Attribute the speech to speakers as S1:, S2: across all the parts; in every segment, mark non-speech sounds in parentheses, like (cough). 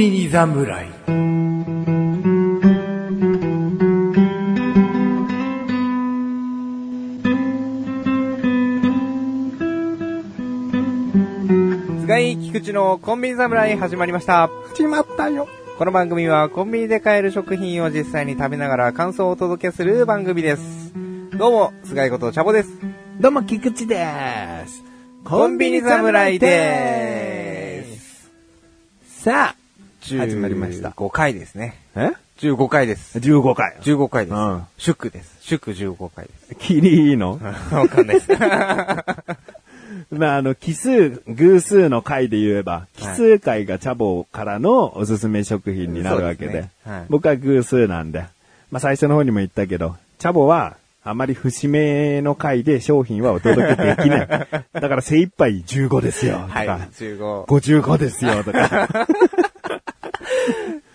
S1: 侍
S2: 菅井菊池のコンビニ侍始まりました。
S1: 始まったよ
S2: この番組はコンビニで買える食品を実際に食べながら感想をお届けする番組です。どうも、菅井ことチャボです。
S1: どうも菊池です
S2: コンビニ侍でーす。
S1: すさあ
S2: 始まりました。5回ですね。
S1: え
S2: 15回です。
S1: 15回
S2: 15回です。
S1: うん
S2: 祝です。祝15回です。
S1: キリいいの
S2: (laughs) わかんない
S1: (laughs)
S2: です。
S1: まあ、あの、奇数、偶数の回で言えば、奇数回がチャボからのおすすめ食品になるわけ
S2: そう
S1: で、
S2: ですねはい
S1: 僕は偶数なんで、まあ、最初の方にも言ったけど、チャボは、あまり節目の回で商品はお届けでき
S2: (laughs)
S1: ない。だから精一杯15ですよ、とか、
S2: はい、15。
S1: 55ですよ、とか。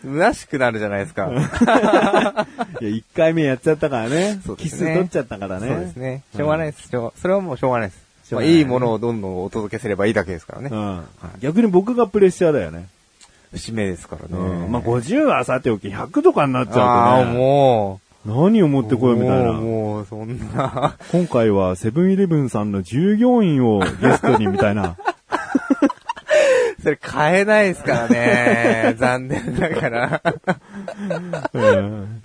S2: 虚しくなるじゃないです
S1: (laughs)
S2: か。
S1: いや、1回目やっちゃったからね。
S2: そうで
S1: 奇
S2: すね
S1: 数取っちゃったからね。
S2: そうですね。しょうがないです。しょうそれはもうしょうがないです。
S1: しょう
S2: まあ、
S1: がない
S2: いいものをどんどんお届けすればいいだけですからね
S1: う。ん。逆に僕がプレッシャーだよね。
S2: 節目ですからね。
S1: うん。まあ、50はさておき100とかになっちゃ
S2: あ
S1: う
S2: あ、
S1: とね。
S2: もう。
S1: 何を持ってこようみたいな。
S2: もう、もうそんな。 (laughs)
S1: 今回はセブンイレブンさんの従業員をゲストにみたい
S2: (laughs)
S1: な。
S2: それ買えないですか
S1: (laughs)
S2: らね。残念だから。
S1: うん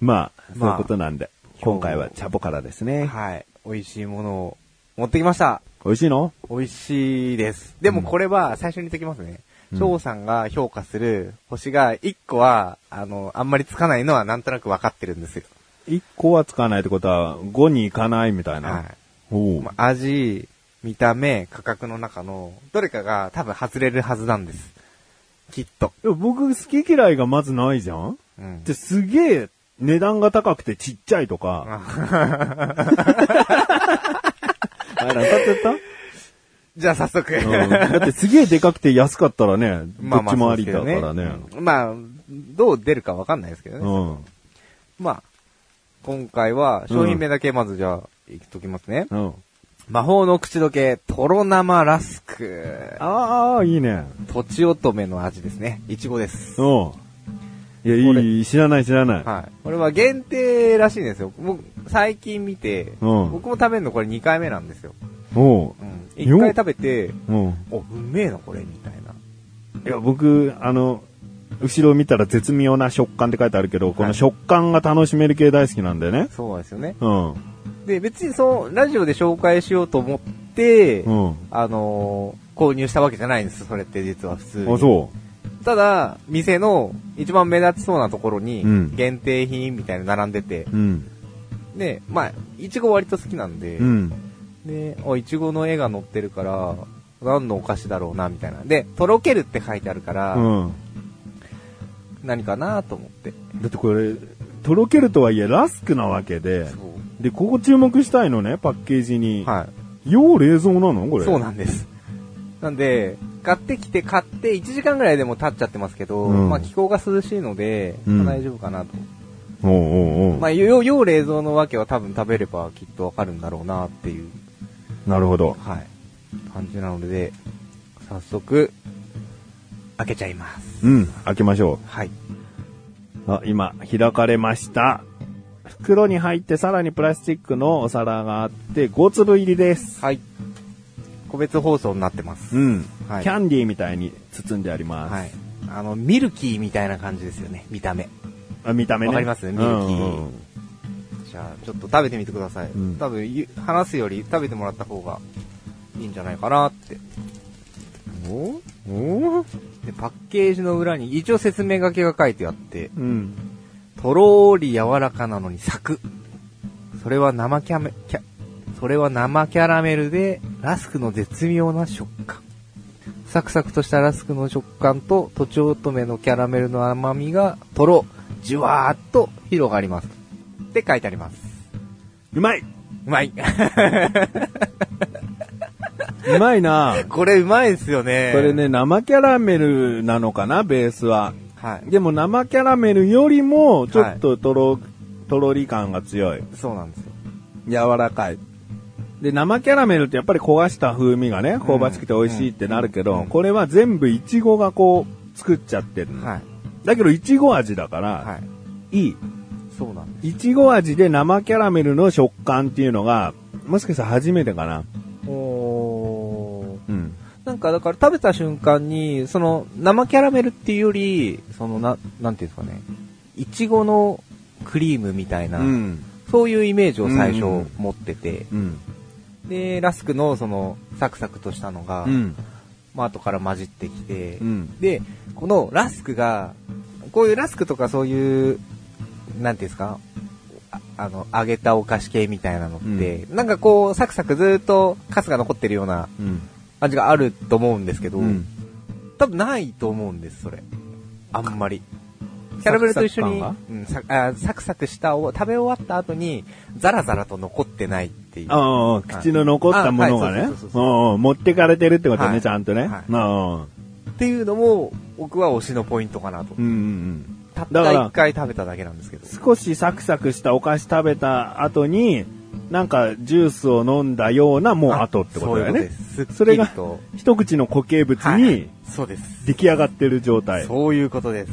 S1: まあ、
S2: まあ
S1: そういうことなんで。今回はチャボからですね。
S2: はい。美味しいものを持ってきました。
S1: 美味しいの
S2: 美味しいです。でもこれは最初に言ってきますね。
S1: うん
S2: 翔、さんが評価する星が1個は、あの、あんまりつかないのはなんとなく分かってるんですよ。
S1: 1個は使わないってことは5に行かないみたいな。
S2: はい。
S1: おう
S2: まあ味、見た目、価格の中の、どれかが多分外れるはずなんです。きっと。
S1: でも僕好き嫌いがまずないじゃん
S2: うん
S1: で、すげえ値段が高くてちっちゃいとか。あら、歌っちゃっ
S2: (laughs)
S1: た
S2: (laughs) じゃあ早速。
S1: うんだってすげえでかくて安かったらね、ど
S2: まあ
S1: っ
S2: ま
S1: ち
S2: あ
S1: も
S2: そ
S1: あ
S2: うで
S1: り
S2: す
S1: だ
S2: よ
S1: か
S2: ね
S1: らね。
S2: まあ、どう出るかわかんないですけどね。
S1: うん。
S2: まあ、今回は商品名だけまずじゃあ、いっときますね。
S1: うん。
S2: 魔法の口どけ、とろ生ラスク。
S1: ああ、いいね。
S2: とちおとめの味ですね。いちごです。
S1: うん。いや、
S2: これ
S1: いい、知らない知らない。
S2: はい。これは限定らしいんですよ。僕、最近見て、
S1: うん
S2: 僕も食べるのこれ2回目なんですよ。
S1: お
S2: うん。
S1: よ
S2: 1回食べて、
S1: う。うん。
S2: お、うめえなこれ、みたいな。
S1: いや、僕、あの、後ろ見たら絶妙な食感って書いてあるけど、この食感が楽しめる系大好きなんだよね。
S2: そうなんですよね。
S1: うん。
S2: で、別にそう、ラジオで紹介しようと思って、
S1: うん。
S2: あのー購入したわけじゃないんです、それって実は普通に。
S1: あ、そう。
S2: ただ、店の一番目立ちそうなところに
S1: うん、
S2: 限定品みたいなの並んでて、
S1: うん。
S2: で、まあ、いちご割と好きなんで、
S1: うん。
S2: で、お、いちごの絵が載ってるから、何のお菓子だろうな、みたいな。で、とろけるって書いてあるから、
S1: うん。
S2: 何かなと思って。
S1: だってこれ、とろけるとはいえラスクなわけで、
S2: そう
S1: で、ここ注目したいのね、パッケージに。
S2: は
S1: 要冷蔵なのこ
S2: い。
S1: れ。
S2: そうなんです。なんで、買ってきて買って1時間ぐらいでも経っちゃってますけど、
S1: うん
S2: まあ気候が涼しいので、
S1: うん
S2: 大丈夫かなと。
S1: おうおうおう
S2: まあ、要要冷蔵のわけは多分食べればきっとわかるんだろうなっていう、
S1: なるほど。
S2: はい、感じなので、早速、開けちゃいます。
S1: うん、開けましょ
S2: はい。
S1: う。あ、今、開かれました。袋に入ってさらにプラスチックのお皿があって、5粒入りです。
S2: はい。個別包装になってます。
S1: うん。
S2: はい
S1: キャンディーみたいに包んであります。
S2: はい。あの、ミルキーみたいな感じですよね、見た目。
S1: あ見た目ね。
S2: わかりますミルキーじゃあ、ちょっと食べてみてください。
S1: うん
S2: 多分、ゆ話すより食べてもらった方がいいんじゃないかなって。お
S1: ー。おー
S2: で、パッケージの裏に一応説明書きが書いてあって、
S1: うん。
S2: とろーり柔らかなのにサクッそれは生キャメ、キャ、それは生キャラメルで、ラスクの絶妙な食感。サクサクとしたラスクの食感と、とちおとめのキャラメルの甘みが、とろ、じゅわーっと広がります。って書いてあります。
S1: うまいう
S2: まい。 (laughs)
S1: うまいな
S2: これうまいですよね。
S1: これ。ね、生キャラメルなのかな、ベースは。
S2: はい。
S1: でも生キャラメルよりも、ちょっととろ、とろり感が強い。
S2: そうなんですよ。
S1: 柔らかい。で、生キャラメルってやっぱり焦がした風味がね、香ばしくて美味しいってなるけど、
S2: うん
S1: これは全部イチゴがこう、作っちゃってるの。
S2: はい。
S1: だけど、いちご味だから、
S2: はい。
S1: いい。
S2: そうなんで
S1: いちご味で生キャラメルの食感っていうのが、もしかしたら初めてかな。
S2: す。おー。
S1: うん。
S2: なんかだから食べた瞬間に、その生キャラメルっていうより、そのな、なんていうんですかね、いちごのクリームみたいな、
S1: うん。
S2: そういうイメージを最初
S1: うんうん
S2: 持ってて、
S1: うん。
S2: で、ラスクのそのサクサクとしたのが、
S1: うん。
S2: まあ後から混じってきて、
S1: うん。
S2: で、このラスクが、こういうラスクとかそういう、なんていうんですか、ああの、揚げたお菓子系みたいなのって、なんかこう、サクサクずーっとカスが残ってるような
S1: うん。
S2: 感じがあると思うんですけど、
S1: うん
S2: 多分ないと思うんです、それ。あんまり。キャラメルと一緒に、
S1: サクサク
S2: うんサあサクサクしたを食べ終わった後に、ザラザラと残ってないっていう。
S1: ああ、口の残ったものが
S2: はい
S1: ね
S2: そうそうそう、
S1: う
S2: そうん
S1: うん持ってかれてるってこと
S2: は
S1: ね、
S2: い
S1: ちゃんとね。
S2: はい
S1: ああ
S2: っていうのも、僕は推しのポイントかなと。
S1: うんうんうん。
S2: たった
S1: だから
S2: 一回食べただけなんですけど。
S1: 少しサクサクしたお菓子食べた後に、なんかジュースを飲んだようなもう
S2: あ
S1: 後ってことだよ
S2: そういう
S1: ね
S2: こ。とです。
S1: それが
S2: すっきりと
S1: 一口の固形物
S2: は
S1: に
S2: いそうです。
S1: 出来上がってる状態。
S2: そういうことです。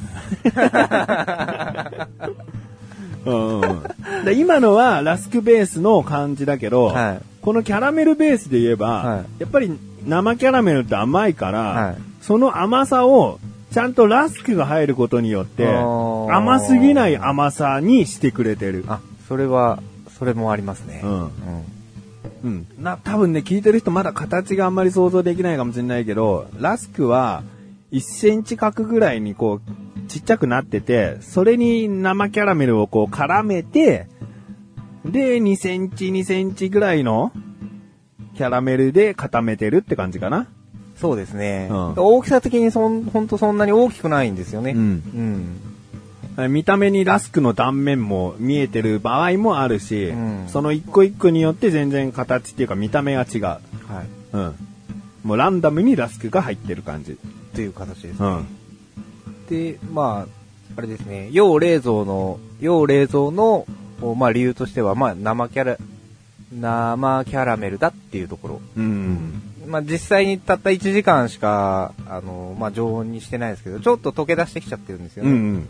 S1: うんうんうんで今のはラスクベースの感じだけど、
S2: はい
S1: このキャラメルベースで言えば、
S2: は
S1: やっぱり生キャラメルって甘いから、
S2: はい
S1: その甘さをちゃんとラスクが入ることによって、
S2: あー
S1: 甘すぎない甘さにしてくれてる。
S2: あ、それは、それもありますね。
S1: うんうん。な、多分ね、聞いてる人まだ形があんまり想像できないかもしれないけど、ラスクは1センチ角ぐらいにこう、ちっちゃくなってて、それに生キャラメルをこう絡めて、で、2センチ、2センチぐらいのキャラメルで固めてるって感じかな。
S2: そうですね。
S1: うん
S2: 大きさ的にそん、ほんとそんなに大きくないんですよね。
S1: うん
S2: ん
S1: 見た目にラスクの断面も見えてる場合もあるし、
S2: うん
S1: その一個一個によって全然形っていうか見た目が違う。
S2: はい。
S1: うん。もうランダムにラスクが入ってる感じ。
S2: という形です
S1: う
S2: ね。
S1: ん。
S2: で、まあ、あれですね。要冷蔵の、要冷蔵の、おまあ理由としては、まあ生キャラ、生キャラメルだっていうところ。
S1: うん。
S2: まあ、実際にたった1時間しか、あの、まあ、常温にしてないですけど、ちょっと溶け出してきちゃってるんですよ
S1: うんう
S2: ね。
S1: ん。
S2: うん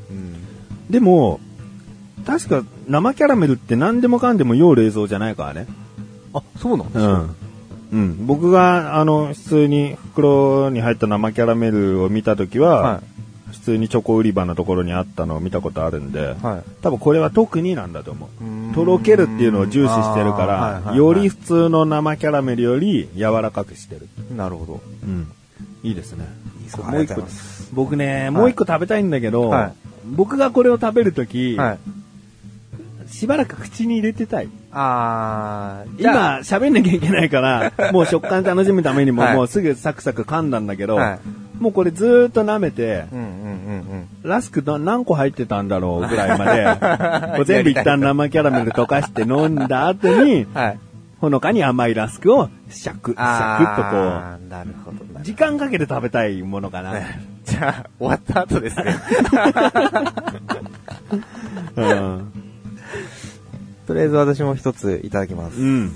S1: でも、確か生キャラメルって何でもかんでも要冷蔵じゃないからね。
S2: あ、そうなん
S1: う
S2: か
S1: ん。うん。僕が、あの、普通に袋に入った生キャラメルを見たときは、
S2: は
S1: 普通にチョコ売り場のところにあったのを見たことあるんで、
S2: い。はい。
S1: 多分これは特になんだと思う。
S2: うーん
S1: とろけるっていうのを重視してるか
S2: あーはいはいは
S1: ら、
S2: い
S1: より普通の生キャラメルより柔らかくしてる。
S2: なるほど。
S1: うん。いいですね。
S2: いいですか
S1: もう一
S2: ありがとう
S1: 個
S2: ございます。
S1: 僕ね、もう一個食べたいんだけど、
S2: はい
S1: 僕がこれを食べるとき、
S2: はい。
S1: しばらく口に入れてたい。
S2: あー、じゃあ
S1: 今、喋んなきゃいけない
S2: (laughs)
S1: から、もう食感楽しむためにも、
S2: はい
S1: もうすぐサクサク噛んだんだけど、
S2: はい
S1: もうこれずーっと舐めて、
S2: うんうんうん
S1: ラスクな何個入ってたんだろうぐらいま
S2: (laughs)
S1: で、もう全部一旦生キャラメル溶かして飲んだ後に
S2: うん。、はい。
S1: ほのかに甘いラスクをシャク、シャクっとこ
S2: あー、なるほどな
S1: う、時間かけて食べたいものか
S2: (laughs)
S1: な。
S2: じゃあ、終わった後です (laughs) ね。
S1: うん。
S2: とりあえず私も一ついただきます。
S1: うん。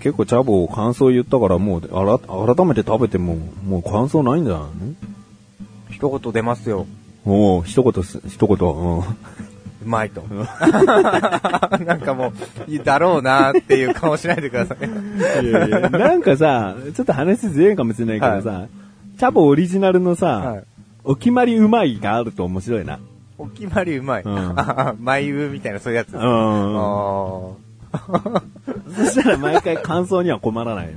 S1: 結構チャボ感想言ったからもうあら改めて食べてももう感想ないんじゃない
S2: 一言出ますよ。
S1: おお一言す、一言、うん。
S2: うまいと。 (laughs) なんかもう、いいだろうなっていう顔しないでく
S1: (laughs)
S2: ださい。
S1: いやいや、なんかさ、ちょっと話ずれんかもしれないけどさ、チャボオリジナルのさ、
S2: はい
S1: お決まりうまいがあると面白いな。
S2: お決まりうまい。
S1: うん
S2: (laughs) あマイウーみたいなそういうやつ。あ
S1: ん。
S2: ー
S1: そしたら毎回感想には困らないよ。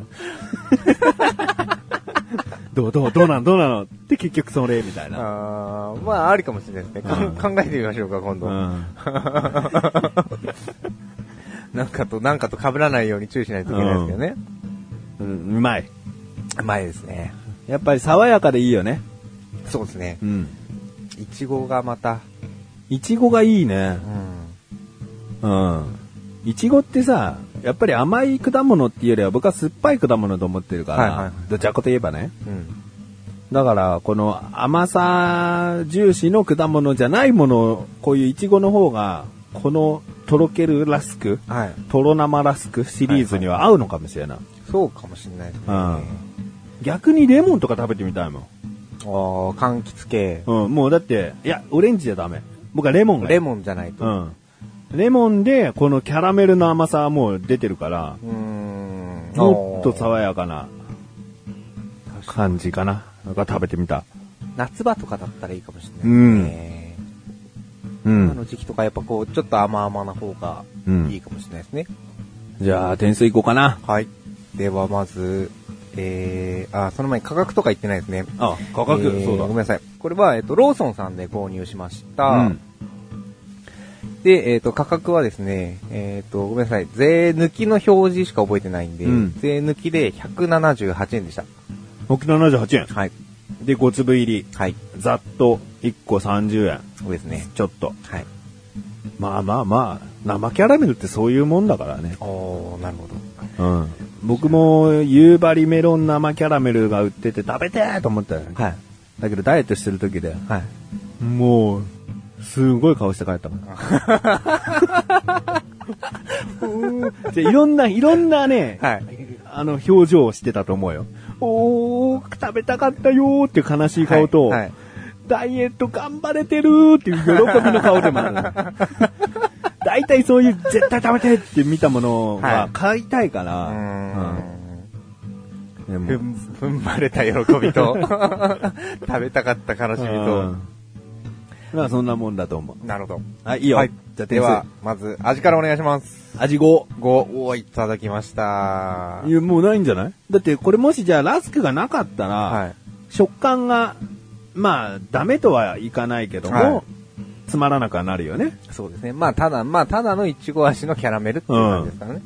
S1: (laughs) どうどうどうなんどうなのって結局それみたいな。
S2: あーまあ、ありかもしれないですね。か
S1: うん
S2: 考えてみましょうか、今
S1: う
S2: 度。
S1: ん。
S2: なんかと、なんかと被らないように注意しないといけないですけどね。
S1: うん、うまい。
S2: うまいですね。
S1: やっぱり爽やかでいいよね。
S2: そうですね。
S1: うん。
S2: いちごがまた、
S1: いちごがいいね
S2: う。ん。
S1: うん。いちごってさ、やっぱり甘い果物っていうよりは僕は酸っぱい果物と思ってるから、
S2: はいはいはい
S1: どちらかといえばね。
S2: うん。
S1: だから、この甘さ重視の果物じゃないもの、こういういちごの方が、このとろけるラスク、
S2: はい。
S1: とろ生ラスクシリーズには合うのかもしれない。
S2: そうかもしれないですね。
S1: うん逆にレモンとか食べてみたいもん。
S2: あー柑橘系。
S1: うん、もうだって、いや、オレンジじゃダメ。僕はレモンがいい
S2: レモンじゃないと。
S1: うん。レモンで、このキャラメルの甘さはもう出てるから、
S2: うーん。
S1: もっと
S2: あ
S1: 爽やかな
S2: ー確か
S1: 感じかな。なんか食べてみた。
S2: に夏場とかだったらいいかもしれないですね。
S1: う
S2: 今
S1: ん。
S2: の時期とかやっぱこう、ちょっと甘々な方が
S1: うん
S2: いいかもしれないですね。
S1: じゃあ、点数いこうかな。
S2: はい。ではまず、えー、あ、その前に価格とか言ってないですね。
S1: あ、価格、
S2: えー
S1: そう
S2: ごめん
S1: だ。
S2: なさい。これは、えっ、と、ローソンさんで購入しました。
S1: うん。
S2: で、えっ、と、価格はですね、えっ、と、ごめんなさい。税抜きの表示しか覚えてないんで、
S1: うん
S2: 税抜きで178円でした。
S1: 178円。
S2: はい。
S1: で、5粒入り。
S2: はい。
S1: ざっと1個30円。
S2: そうですね。
S1: ちょっと。
S2: はい。
S1: まあまあまあ、生キャラメルってそういうもんだからね。
S2: おー、なるほど。
S1: うん。僕も夕張メロン生キャラメルが売ってて食べてーと思ったよ、ね。
S2: はい。
S1: だけどダイエットしてる時で、
S2: はい。
S1: もう、すごい顔して帰ったもん。うーん (laughs) じゃあいろんな、いろんなね、
S2: はい。
S1: あの、表情をしてたと思うよ。おー、食べたかったよーっていう悲しい顔と、
S2: はいはい
S1: ダイエット頑張れてるーっていう喜びの顔でもあ
S2: (laughs)
S1: る。大体そういう絶対食べてって見たもの
S2: は
S1: はい買いたいか
S2: う
S1: ら、
S2: ーん。
S1: うん
S2: ふ
S1: でも
S2: ん、ふんばれた喜びと、 (laughs) 食べたかった悲しみ
S1: う
S2: と
S1: ん。まあそんなもんだと思う。
S2: なるほど。
S1: はい、いいよ。
S2: はい。
S1: じゃあ
S2: で
S1: 点
S2: は
S1: 数。、
S2: まず、味からお願いします。
S1: 味5。
S2: 5、おー、いただきました。
S1: いや、もうないんじゃないだってこれもしじゃあラスクがなかったら、
S2: はい。
S1: 食感が、まあ、ダメとはいかないけども、
S2: はい
S1: つまらなくはなるよね。
S2: そうですね。まあ、ただ、まあ、ただのいちご味のキャラメルっていう感じですからね。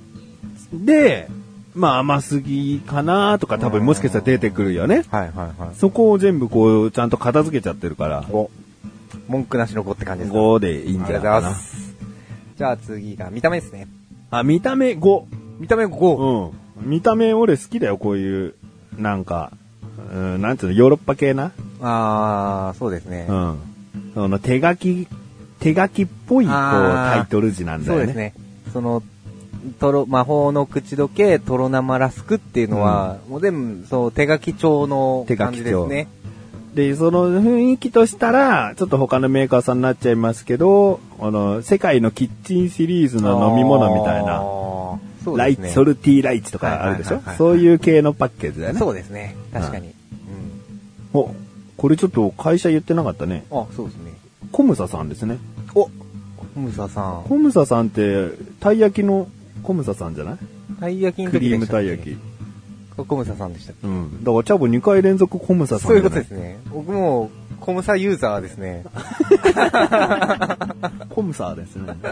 S1: で、まあ甘すぎかなとか多分もしかしたら出てくるよね。
S2: はいはいはい。
S1: そこを全部こう、ちゃんと片付けちゃってるから、
S2: 5。文句なしの5って感じですか
S1: 5でいいん
S2: あ
S1: じ
S2: り
S1: ゃな
S2: が
S1: いか
S2: とうござい
S1: な
S2: ま。す。じゃあ次が、見た目ですね。
S1: あ、見た目5。
S2: 見た目5。
S1: うん。見た目俺好きだよ、こういう、なんか、うん、なんつうの、ヨーロッパ系な。
S2: あー、そうですね
S1: う。ん。その手書き、手書きっぽいこう
S2: あー
S1: タイトル字なんだ
S2: そう
S1: よ
S2: で
S1: ね。
S2: すね。その、とろ、魔法の口どけ、とろ生ラスクっていうのは、もう全部、そう、手書き帳の
S1: 手書き帳
S2: 感じですね。
S1: で、その雰囲気としたら、ちょっと他のメーカーさんになっちゃいますけど、あの、世界のキッチンシリーズの飲み物みたい
S2: あ
S1: な、
S2: ー。そう
S1: ラ
S2: で
S1: イ
S2: すね。
S1: ソルティーライチとかあるでしょ
S2: はいはいはいはい
S1: そういう系のパッケージだよね。
S2: そうですね。確かに。
S1: お、これちょっと会社言ってなかったね。
S2: うん。あ、そうですね。
S1: コムサさんですね。
S2: おムサさん。
S1: コムサさんって、たい焼きのコムサさんじゃない
S2: たい焼きの
S1: ク
S2: 時
S1: リ
S2: で
S1: ー
S2: し
S1: ム
S2: たったけ
S1: い焼き。。
S2: コムサさんでしたっけ
S1: うん。だからチャボ2回連続コムサさん
S2: そういう
S1: じ
S2: こ
S1: ゃ
S2: と
S1: な
S2: ですね。僕も、コムサユーザーですね。
S1: コムサですね。 (laughs)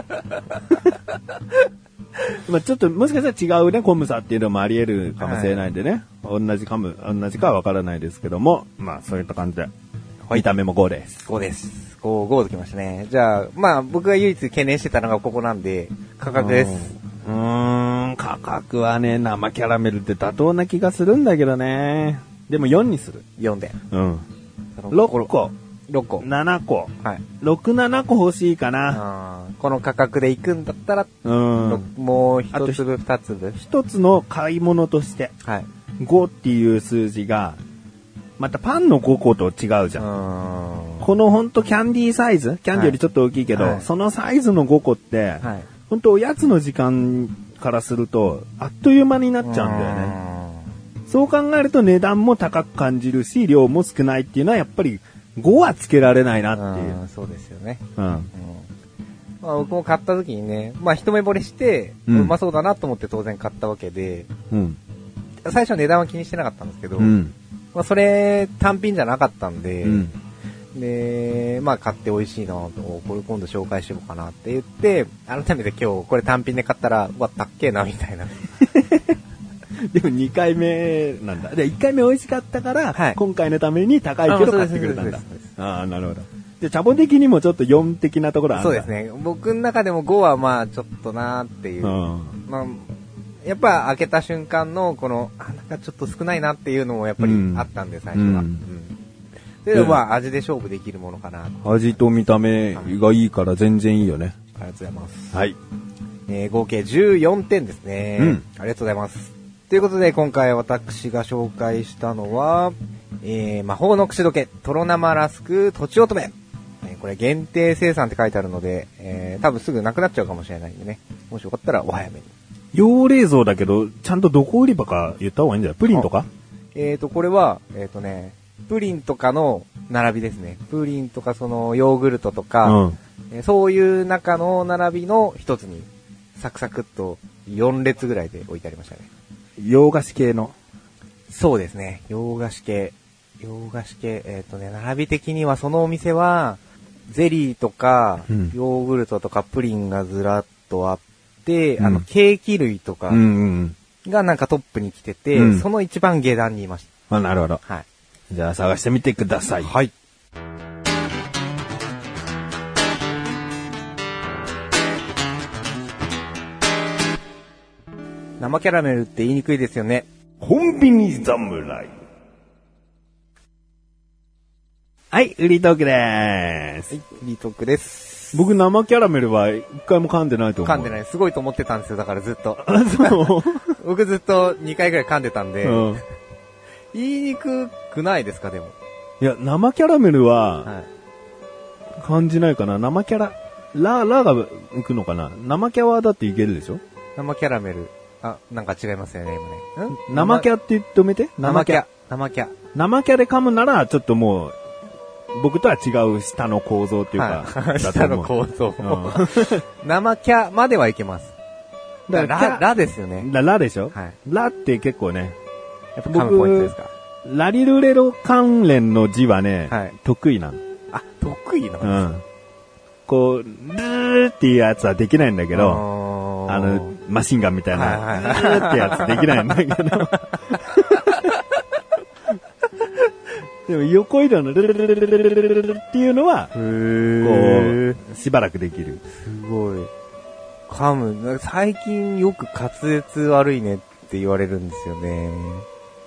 S1: まあちょっともしかしたら違うね、コムサっていうのもあり得るかもしれないんでね。同じかも、同じかはわからないですけども、まあそういった感じで。見た目も5です。
S2: 5です。5、5ときましたね。じゃあ、まあ、僕が唯一懸念してたのがここなんで、価格です。
S1: うん。うーん、価格はね、生キャラメルって妥当な気がするんだけどね。でも4にする。
S2: 4で。
S1: うん。
S2: こ
S1: 6
S2: の
S1: 個、
S2: 6個。
S1: 7個、
S2: はい。
S1: 6、7個欲しいかな。
S2: あーこの価格で行くんだったら、
S1: うん。
S2: 六もう
S1: あと
S2: 1粒、2粒。
S1: 一つの買い物として、
S2: はい。
S1: 5っていう数字が、またパンの5個と違うじ
S2: う
S1: ゃん。
S2: ーん。
S1: このほんとキャンディーサイズキャンディーよりちょっと大きいけど、
S2: はい
S1: そのサイズの5個って、
S2: はい。
S1: ほんとおやつの時間からすると、あっという間になっちゃうんだよね。そう考えると値段も高く感じるし、量も少ないっていうのはやっぱり5はつけられないなっていう
S2: ー
S1: う。
S2: ん。そうですよね。
S1: うん。
S2: うんまあ、僕も買った時にね、まあ一目惚れして、う
S1: うん
S2: まそうだなと思って当然買ったわけで、
S1: うん。
S2: 最初値段は気にしてなかったんですけど、
S1: うん。
S2: まあそれ単品じゃなかったんで、
S1: うん。
S2: で、まあ買って美味しいなと、これ今度紹介しようかなって言って、改めて今日これ単品で買ったら、うわ、たっけえなみたいな。
S1: でも2回目なんだ。で、1回目美味しかったから、
S2: はい
S1: 今回のために高いけど買ってくれたんだ
S2: あそうですそうですそうで。
S1: ああ、なるほど。で、チャボ的にもちょっと4的なところある
S2: そ
S1: ん
S2: う
S1: だ。
S2: ですね。僕の中でも5はまあちょっとなーっていう。
S1: うん。
S2: まあ、やっぱ開けた瞬間のこの、あ、なんかちょっと少ないなっていうのもやっぱりあったんで、最初は。
S1: うん
S2: うんで、まあ味で勝負できるものかなと。
S1: 味と見た目がいいから全然いいよね。
S2: ありがとうございます。
S1: はい。
S2: えー合計14点ですね、
S1: うん
S2: ありがとうございます。ということで、今回私が紹介したのは、えー、魔法の串時計、トロ生ラスク、とちおとめ。えーこれ限定生産って書いてあるので、えー、多分すぐなくなっちゃうかもしれないんでね。もしよかったらお早めに。
S1: 用冷蔵だけど、ちゃんとどこ売り場か言った方がいいんじゃないプリンとか
S2: えーと、これは、えーとね、プリンとかの並びですね。プリンとかそのヨーグルトとか、
S1: うん。
S2: えーそういう中の並びの一つに、サクサクっと4列ぐらいで置いてありましたね。
S1: 洋菓子系の。
S2: そうですね。洋菓子系。洋菓子系。えっ、とね、並び的にはそのお店は、ゼリーとか、
S1: うん
S2: ヨーグルトとかプリンがずらっとあって、あの、
S1: うん
S2: ケーキ類とか
S1: うんうんうん。
S2: がなんかトップに来てて、
S1: うん
S2: その一番下段にいまし
S1: あ、なるほど。
S2: た。はい。
S1: じゃあ探してみてください。
S2: はい。生キャラメルって言いにくいですよね。
S1: コンビニ侍。はい、売りトークでー
S2: は
S1: す。
S2: い、リートークです。
S1: 僕生キャラメルは一回も噛んでないと思う。。
S2: 噛んでないい。すごいと思ってたんですよ、だからずっと。 (laughs)
S1: あ、そう、
S2: 僕ずっと2回ぐらい噛んでたんで、
S1: うん。
S2: 言いにくくないですか、でも。
S1: いや、生キャラメルは
S2: はい。
S1: 感じないかな。生キャラ、ラ、ラが浮くのかな。生キャはだっていけるでしょ
S2: 生キャラメル。あ、なんか違いますよね、今ね。ん
S1: 生キャって止めて
S2: 生キャ。。生キャ。
S1: 生キャで噛むなら、ちょっともう、僕とは違う舌の構造っていうか、
S2: はい、
S1: だと
S2: 下
S1: 思
S2: の
S1: う
S2: 構造。
S1: うん
S2: (laughs) 生キャまではいけます。
S1: だ
S2: だ
S1: か
S2: からら、ラ、ラですよね。
S1: ラ、ラでしょ
S2: はい。
S1: ラって結構ね、
S2: やっぱ噛むポイントですか。
S1: ラリルレロ関連の字はね、
S2: はい
S1: 得意なの。
S2: あ、得意な
S1: う
S2: の
S1: ん。こう、ルーっていうやつはできないんだけど、
S2: ど
S1: あの、マシンガンみたい
S2: はい
S1: な、
S2: は
S1: ルーってやつできないんだけど。でも横移動のルルルルルルルルルルっていうのは、
S2: へ
S1: こ
S2: ー
S1: う、しばらくできる。
S2: すごい。噛む。最近よく滑舌悪いねって言われるんですよね。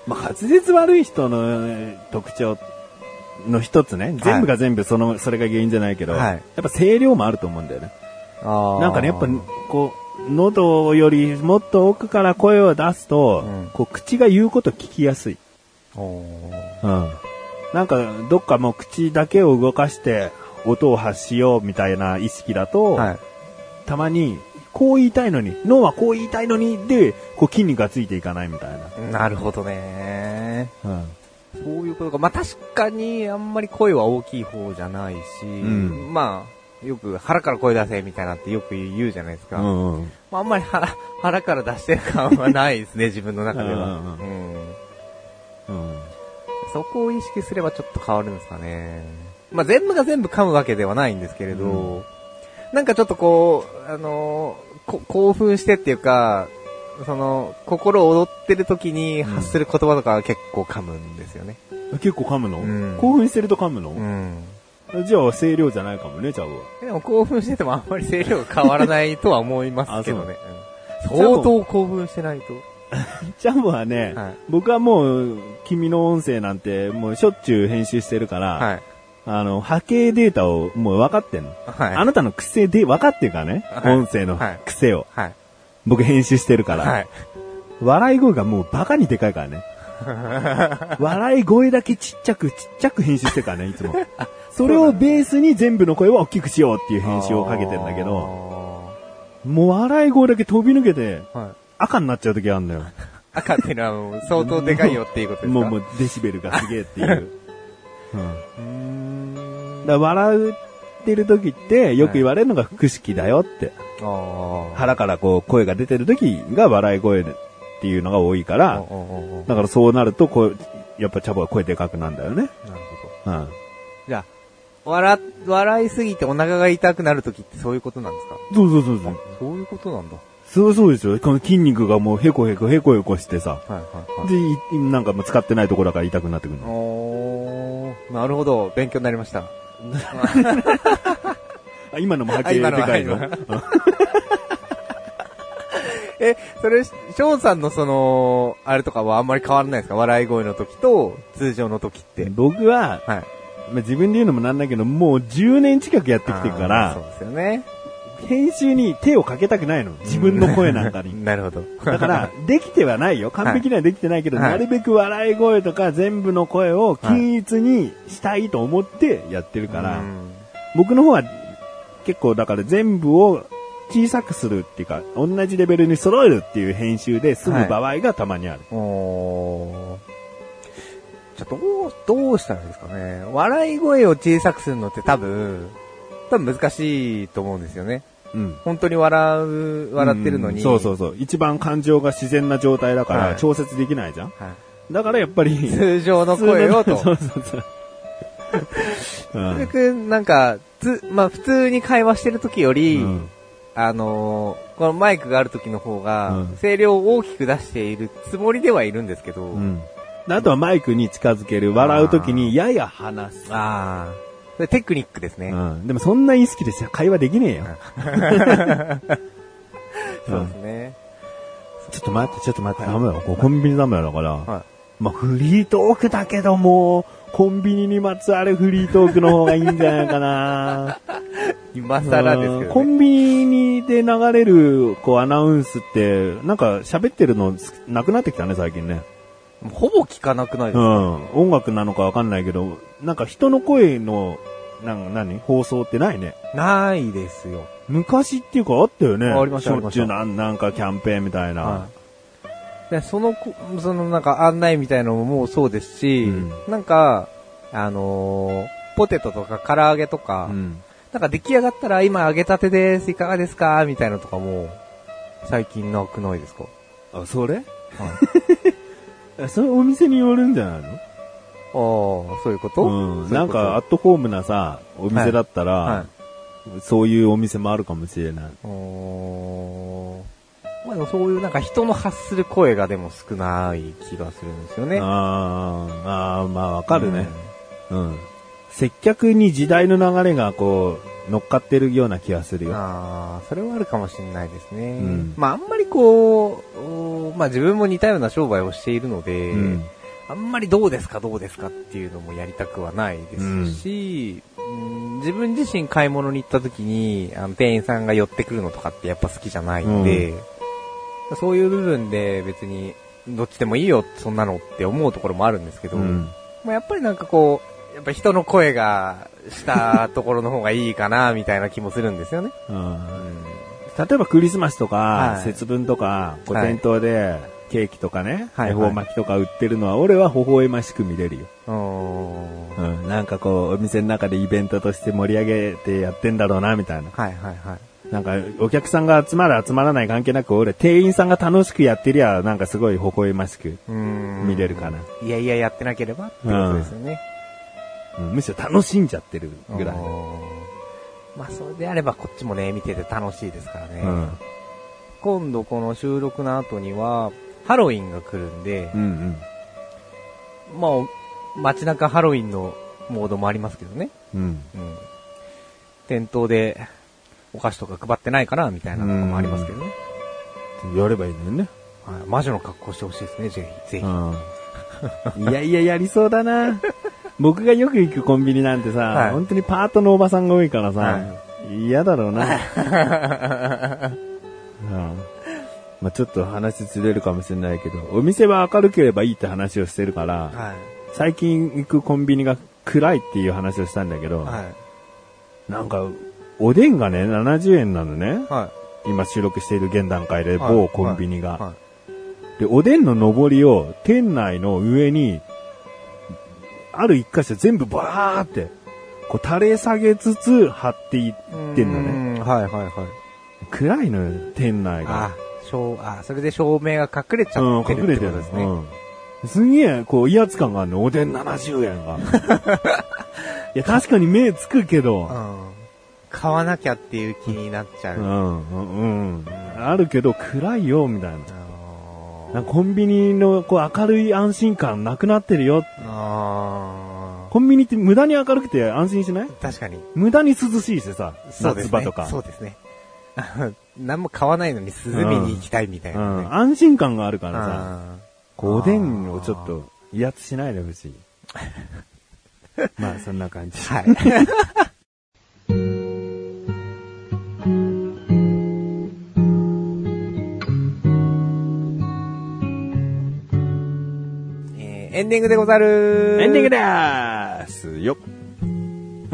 S1: まあ、滑舌悪い人のえー特徴の一つね、全部が全部その、それが原因じゃないけど、
S2: はい
S1: やっぱ声量もあると思うんだよね。
S2: あー
S1: なんかね、やっぱ、こう、喉よりもっと奥から声を出すと、
S2: うん
S1: こう、口が言うこと聞きやすい。
S2: おー
S1: うん。なんか、どっかもう口だけを動かして、音を発しようみたいな意識だと、
S2: はい。
S1: たまに、こう言いたいのに、脳はこう言いたいのに、で、こう筋肉がついていかないみたい
S2: なるほどね。
S1: な。うん。
S2: そういうことか。まあ、確かに、あんまり声は大きい方じゃないし、
S1: ん
S2: まあ、よく腹から声出せみたいなってよく言うじゃないですか。
S1: うんうん。
S2: まあ、あんまり腹、腹から出してる感はないです (laughs) ね、自分の中では。
S1: うんう
S2: うん
S1: うん。
S2: そこを意識すればちょっと変わるんですかね。まあ、全部が全部噛むわけではないんですけれど、
S1: うん
S2: なんかちょっとこう、あのーこ興奮してっていうか、その、心躍ってる時に発する言葉とかは結構噛むんですよね。
S1: 結構噛むの、
S2: うん
S1: 興奮してると噛むの、
S2: うん。
S1: じゃあ声量じゃないかもね、ジャブは。
S2: でも興奮しててもあんまり声量が変わらないとは思いますけどね。
S1: あそう
S2: うん相当興奮してないと。
S1: ジャブはね、
S2: はい
S1: 僕はもう、君の音声なんて、もうしょっちゅう編集してるから、
S2: はい。
S1: あの、波形データをもう分かってんの。
S2: はい。
S1: あなたの癖で分かってるからね、
S2: はい
S1: 音声の
S2: はい
S1: 癖を。
S2: はい。
S1: 僕編集してるから、
S2: はい。
S1: 笑い声がもうバカにでかいから (laughs) ね。笑い声だけちっちゃくちっちゃく編集してるからね、いつも。それをベースに全部の声を大きくしようっていう編集をかけてんだけど、
S2: ど。
S1: もう笑い声だけ飛び抜けて、
S2: はい。
S1: 赤になっちゃう時あるんだよ。
S2: 赤っていうのはもう相当でかいよっていうことですか
S1: もうもうデシベルがすげえって (laughs) いう。うん。
S2: うーん
S1: だから笑ってる時ってよく言われるのが腹式だよって。
S2: あー
S1: 腹からこう声が出てる時が笑い声っていうのが多いか
S2: お
S1: ら
S2: う、おうおう
S1: だからそうなるとこう、やっぱチャボは声でかくなんだよね。
S2: なるほど。
S1: うん。
S2: じゃあ、笑、笑いすぎてお腹が痛くなるときってそういうことなんですか
S1: そうそうそうそう。
S2: そういうことなんだ。
S1: そうそうですよ。この筋肉がもうヘコヘコヘコヘコしてさ。
S2: はいはいはい。
S1: で、いなんかもう使ってないところだから痛くなってくるの。
S2: おー、なるほど。勉強になりました。
S1: あ今のも波形でかいの。
S2: あ今え、それ、翔さんのその、あれとかはあんまり変わらないですか笑い声の時と、通常の時って。
S1: (laughs) 僕は、
S2: はい。
S1: まあ、自分で言うのもなんだけど、もう10年近くやってきてるか
S2: あーそ
S1: ら
S2: う、ですよね。
S1: 編集に手をかけたくないの。自分の声なんかに。
S2: なるほど。
S1: (laughs) だから、できてはないよ。完璧にはできてないけど、
S2: はい
S1: なるべく笑い声とか全部の声を均一にしたいと思ってやってる
S2: う
S1: か
S2: ん、
S1: ら、僕の方は結構だから全部を小さくするっていうか、同じレベルに揃えるっていう編集で済む場合がたまにある。
S2: おーじゃあどう、どうしたらいいですかね。笑い声を小さくするのって多分、多分難しいと思うんですよね。
S1: うん。
S2: 本当に笑う、笑ってるのに。
S1: うんそうそうそう。一番感情が自然な状態だか
S2: は
S1: ら
S2: い
S1: 調節できないじゃん。
S2: はい
S1: だからやっぱり。
S2: (laughs) 通常の声をと。
S1: そうそうそう。うん
S2: 結局、なんか、つ、まあ普通に会話してる時より、
S1: うん
S2: あのーこのマイクがある時の方
S1: う
S2: が
S1: ん、
S2: 声量を大きく出しているつもりではいるんですけど、
S1: うんあとはマイクに近づける。笑うときにやや話す。
S2: ああ、それテクニックですね。
S1: うんでもそんな意識で会話できねえよ。
S2: そうですね。
S1: ちょっと待って、ちょっと待って、
S2: はい
S1: ダメだよ。こうコンビニダメだから。
S2: は
S1: まあ、フリートークだけども、コンビニにまつわるフリートークの方がいいんじゃないか
S2: (laughs)
S1: な。
S2: い。今更ですけ
S1: うん
S2: ど
S1: コ
S2: ね。
S1: ンビニで流れる、こう、アナウンスって、なんか喋ってるのすなくなってきたね、最近ね。
S2: ほぼ聞かなくないで
S1: う
S2: すか、
S1: ん。音楽なのかわかんないけど、なんか人の声の、なんか何放送ってないね。
S2: ないですよ。
S1: 昔っていうかあったよね。
S2: ありました
S1: しょっちゅ
S2: あ
S1: う
S2: りま
S1: なんなんかキャンペーンみたいな。
S2: はい。でそのこ、そのなんか案内みたいのももうそうですし、
S1: うん
S2: なんか、あのーポテトとか唐揚げとか、
S1: うん。
S2: なんか出来上がったら今揚げたてです、いかがですかみたいなのとかも、最近なくないですか
S1: あ、それ
S2: はい。ああ、
S1: えそれお店によるんじゃないの
S2: そういうこと
S1: うん。なんか、アットホームなさ、お店だったら、
S2: あはい。
S1: そういうお店もあるかもしれない。
S2: おーまあでもそういうなんか人の発する声がでも少ない気がするんですよね。
S1: あーあー、まあわかるね。うん。接客に時代の流れがこう、乗っかってるような気がする
S2: うん。
S1: よ。
S2: ああ、それはあるかもしれないですね。
S1: うん
S2: まああんまりこう、おーまあ自分も似たような商売をしているので、
S1: うん。
S2: あんまりどうですかどうですかっていうのもやりたくはないですし、うん自分自身買い物に行った時に、あの店員さんが寄ってくるのとかってやっぱ好きじゃないんで、そういう部分で別にどっちでもいいよそんなのって思うところもあるんですけど、
S1: うん。
S2: まあ、やっぱりなんかこう、やっぱ人の声がしたところの方がいいかなみたいな気もするんですよね。
S1: うん
S2: うん
S1: 例えばクリスマスとか、
S2: はい
S1: 節分とか、こう
S2: はい
S1: 店頭でケーキとかね、
S2: はい
S1: 恵方巻きとか売ってるのは、俺は微笑ましく見れるよ。
S2: おー
S1: うん。なんかこう、お店の中でイベントとして盛り上げてやってんだろうな、みたいな。
S2: はいはいはい。
S1: なんか、お客さんが集まる集まらない関係なく、俺、店員さんが楽しくやってりゃ、なんかすごい微笑ましく
S2: うん
S1: 見れるかな。
S2: いやいややってなければってことですよね。
S1: うんむしろ楽しんじゃってるぐらい。
S2: まあ、それであればこっちもね、見てて楽しいですからね。
S1: うん。
S2: 今度この収録の後には、ハロウィンが来るんで
S1: う、ん
S2: まあお、街中ハロウィンのモードもありますけどね。
S1: うん。うん。
S2: うん。店頭で、お菓子とか配ってないかな、みたいなのもありますけどね。
S1: やればいいのよね。
S2: はい、魔女の格好してほしいですね、ぜひ。ぜひ。
S1: うん。いやいや、やりそうだな。
S2: (laughs)
S1: 僕がよく行くコンビニなんてさ、
S2: はい
S1: 本当にパートのおばさんが多いからさ、
S2: は
S1: 嫌だろう
S2: (laughs)
S1: な。うんまあちょっと話ずれるかもしれないけど、お店は明るければいいって話をしてるから、
S2: はい。
S1: 最近行くコンビニが暗いっていう話をしたんだけど、
S2: はい。
S1: なんか、おでんがね、70円なのね。
S2: は
S1: 今収録している現段階で、
S2: い。
S1: 某コンビニが。
S2: は
S1: で、おでんの上りを店内の上に、ある一箇所全部バーって、こう垂れ下げつつ貼ってい
S2: い。う
S1: ってんのね。
S2: んはいはいはい。
S1: 暗いのよ、店内
S2: あ
S1: が。、
S2: 照、あ、それで照明が隠れち
S1: う
S2: ゃ
S1: ん
S2: ってる
S1: 隠
S2: っ
S1: れ
S2: て
S1: て
S2: こ
S1: るんです
S2: とで
S1: す
S2: ね。
S1: ね。うんすげえ、こう、威圧感があるの、おでん70円
S2: (laughs)
S1: が。いや、確かに目つくけど、
S2: うん。買わなきゃっていう気になっちゃう。
S1: う
S2: あ
S1: ん、うん、うん。あるけど、暗いよ、みたいな。
S2: ー
S1: なんかコンビニのこう明るい安心感なくなってるよ。
S2: あ
S1: コンビニって無駄に明るくて安心しない
S2: ー。確かに。
S1: 無駄に涼しいしさ、
S2: そうですね。
S1: 夏場とか。
S2: そうですね。 (laughs) あの何も買わないのに涼みに行きたいみたいうなね。
S1: ん、安心感があるからさ、
S2: あ
S1: こうおでんをちょっと威圧しないでほしい。
S2: (laughs)
S1: まあそんな感じ。
S2: ーはい。エンディングでござる
S1: エンディングでーすよっ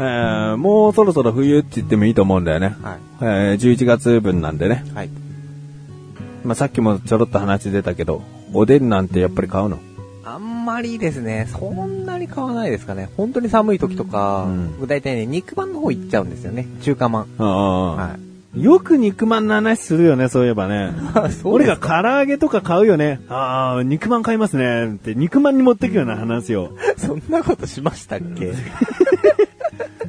S1: えー、もうそろそろ冬って言ってもいいと思うんだよね。
S2: はい。
S1: えー、11月分なんでね。
S2: はい。
S1: まあ、さっきもちょろっと話出たけど、おでんなんてやっぱり買うの
S2: あんまりですね、そんなに買わないですかね。本当に寒い時とか、
S1: うん
S2: 僕大体ね、肉まんの方行っちゃうんですよね。中華まん。
S1: あ
S2: はい。
S1: い。よく肉まんの話するよね、そういえばね。
S2: (laughs)
S1: 俺が唐揚げとか買うよね。ああ、肉まん買いますね。って肉まんに持ってくような話
S2: (laughs)
S1: を。
S2: そんなことしましたっけ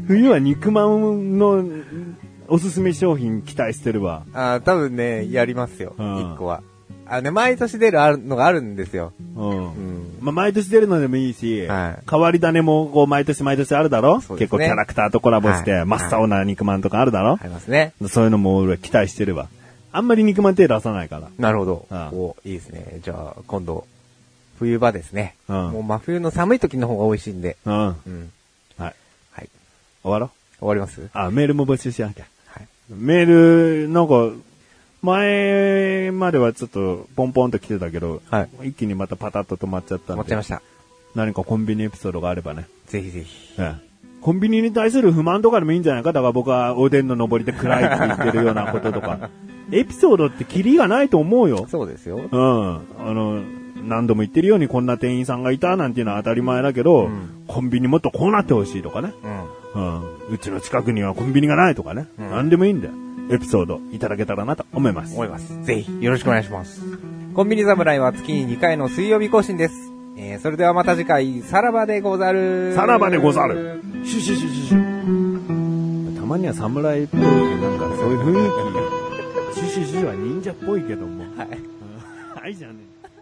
S1: 冬は肉まんのおすすめ商品期待してるわ。
S2: あー多分ね、やりますよ。
S1: うん
S2: 一個は。あね、毎年出るあるのがあるんですよ。
S1: う。
S2: うんん。
S1: まあ、毎年出るのでもいいし、
S2: はい
S1: 変わり種もこう毎年毎年あるだろ、
S2: そうで
S1: 結
S2: すね
S1: 構キャラクターとコラボして、
S2: はい
S1: 真っ青な肉まんとかあるだろ、
S2: ありますね。
S1: そういうのも俺は期待してるわ。あんまり肉まん手出さないから。
S2: なるほど。
S1: うん
S2: お、いいですね。じゃあ、今度、冬場ですね。
S1: うん
S2: もう真冬の寒い時の方が美味しいんで。
S1: うん。は
S2: うん。
S1: い。
S2: はい。
S1: 終わろう。
S2: 終わります
S1: あ、メールも募集しなきゃ。
S2: はい。
S1: メール、なんか、前まではちょっとポンポンと来てたけど、
S2: はい。
S1: 一気にまたパタッと止まっちゃったん
S2: 思
S1: で。
S2: っちゃいました。
S1: 何かコンビニエピソードがあればね。
S2: ぜひぜひ。
S1: ええコンビニに対する不満とかでもいいんじゃないかだから僕はおでんの上りで暗いって言ってるようなことと
S2: (laughs)
S1: か。エピソードってキリがないと思うよ。
S2: そうですよ。
S1: うん。あの、何度も言ってるようにこんな店員さんがいたなんていうのは当たり前だけど、
S2: うん
S1: コンビニもっとこうなってほしいとかね。
S2: うん。
S1: うん。うちの近くにはコンビニがないとかね。
S2: うん
S1: 何でもいいんだよ。エピソードいただけたらなと思います。
S2: 思います。ぜひ、よろしくお願いします。コンビニ侍は月に2回の水曜日更新です。えー、それではまた次回、さらばでござる。
S1: さらばでござる。シュシュシュシュシュ。たまには侍っぽい、なんかそういう雰囲気。シュシュシュシュは忍者っぽいけども。
S2: はい。
S1: はい、じゃあねえ。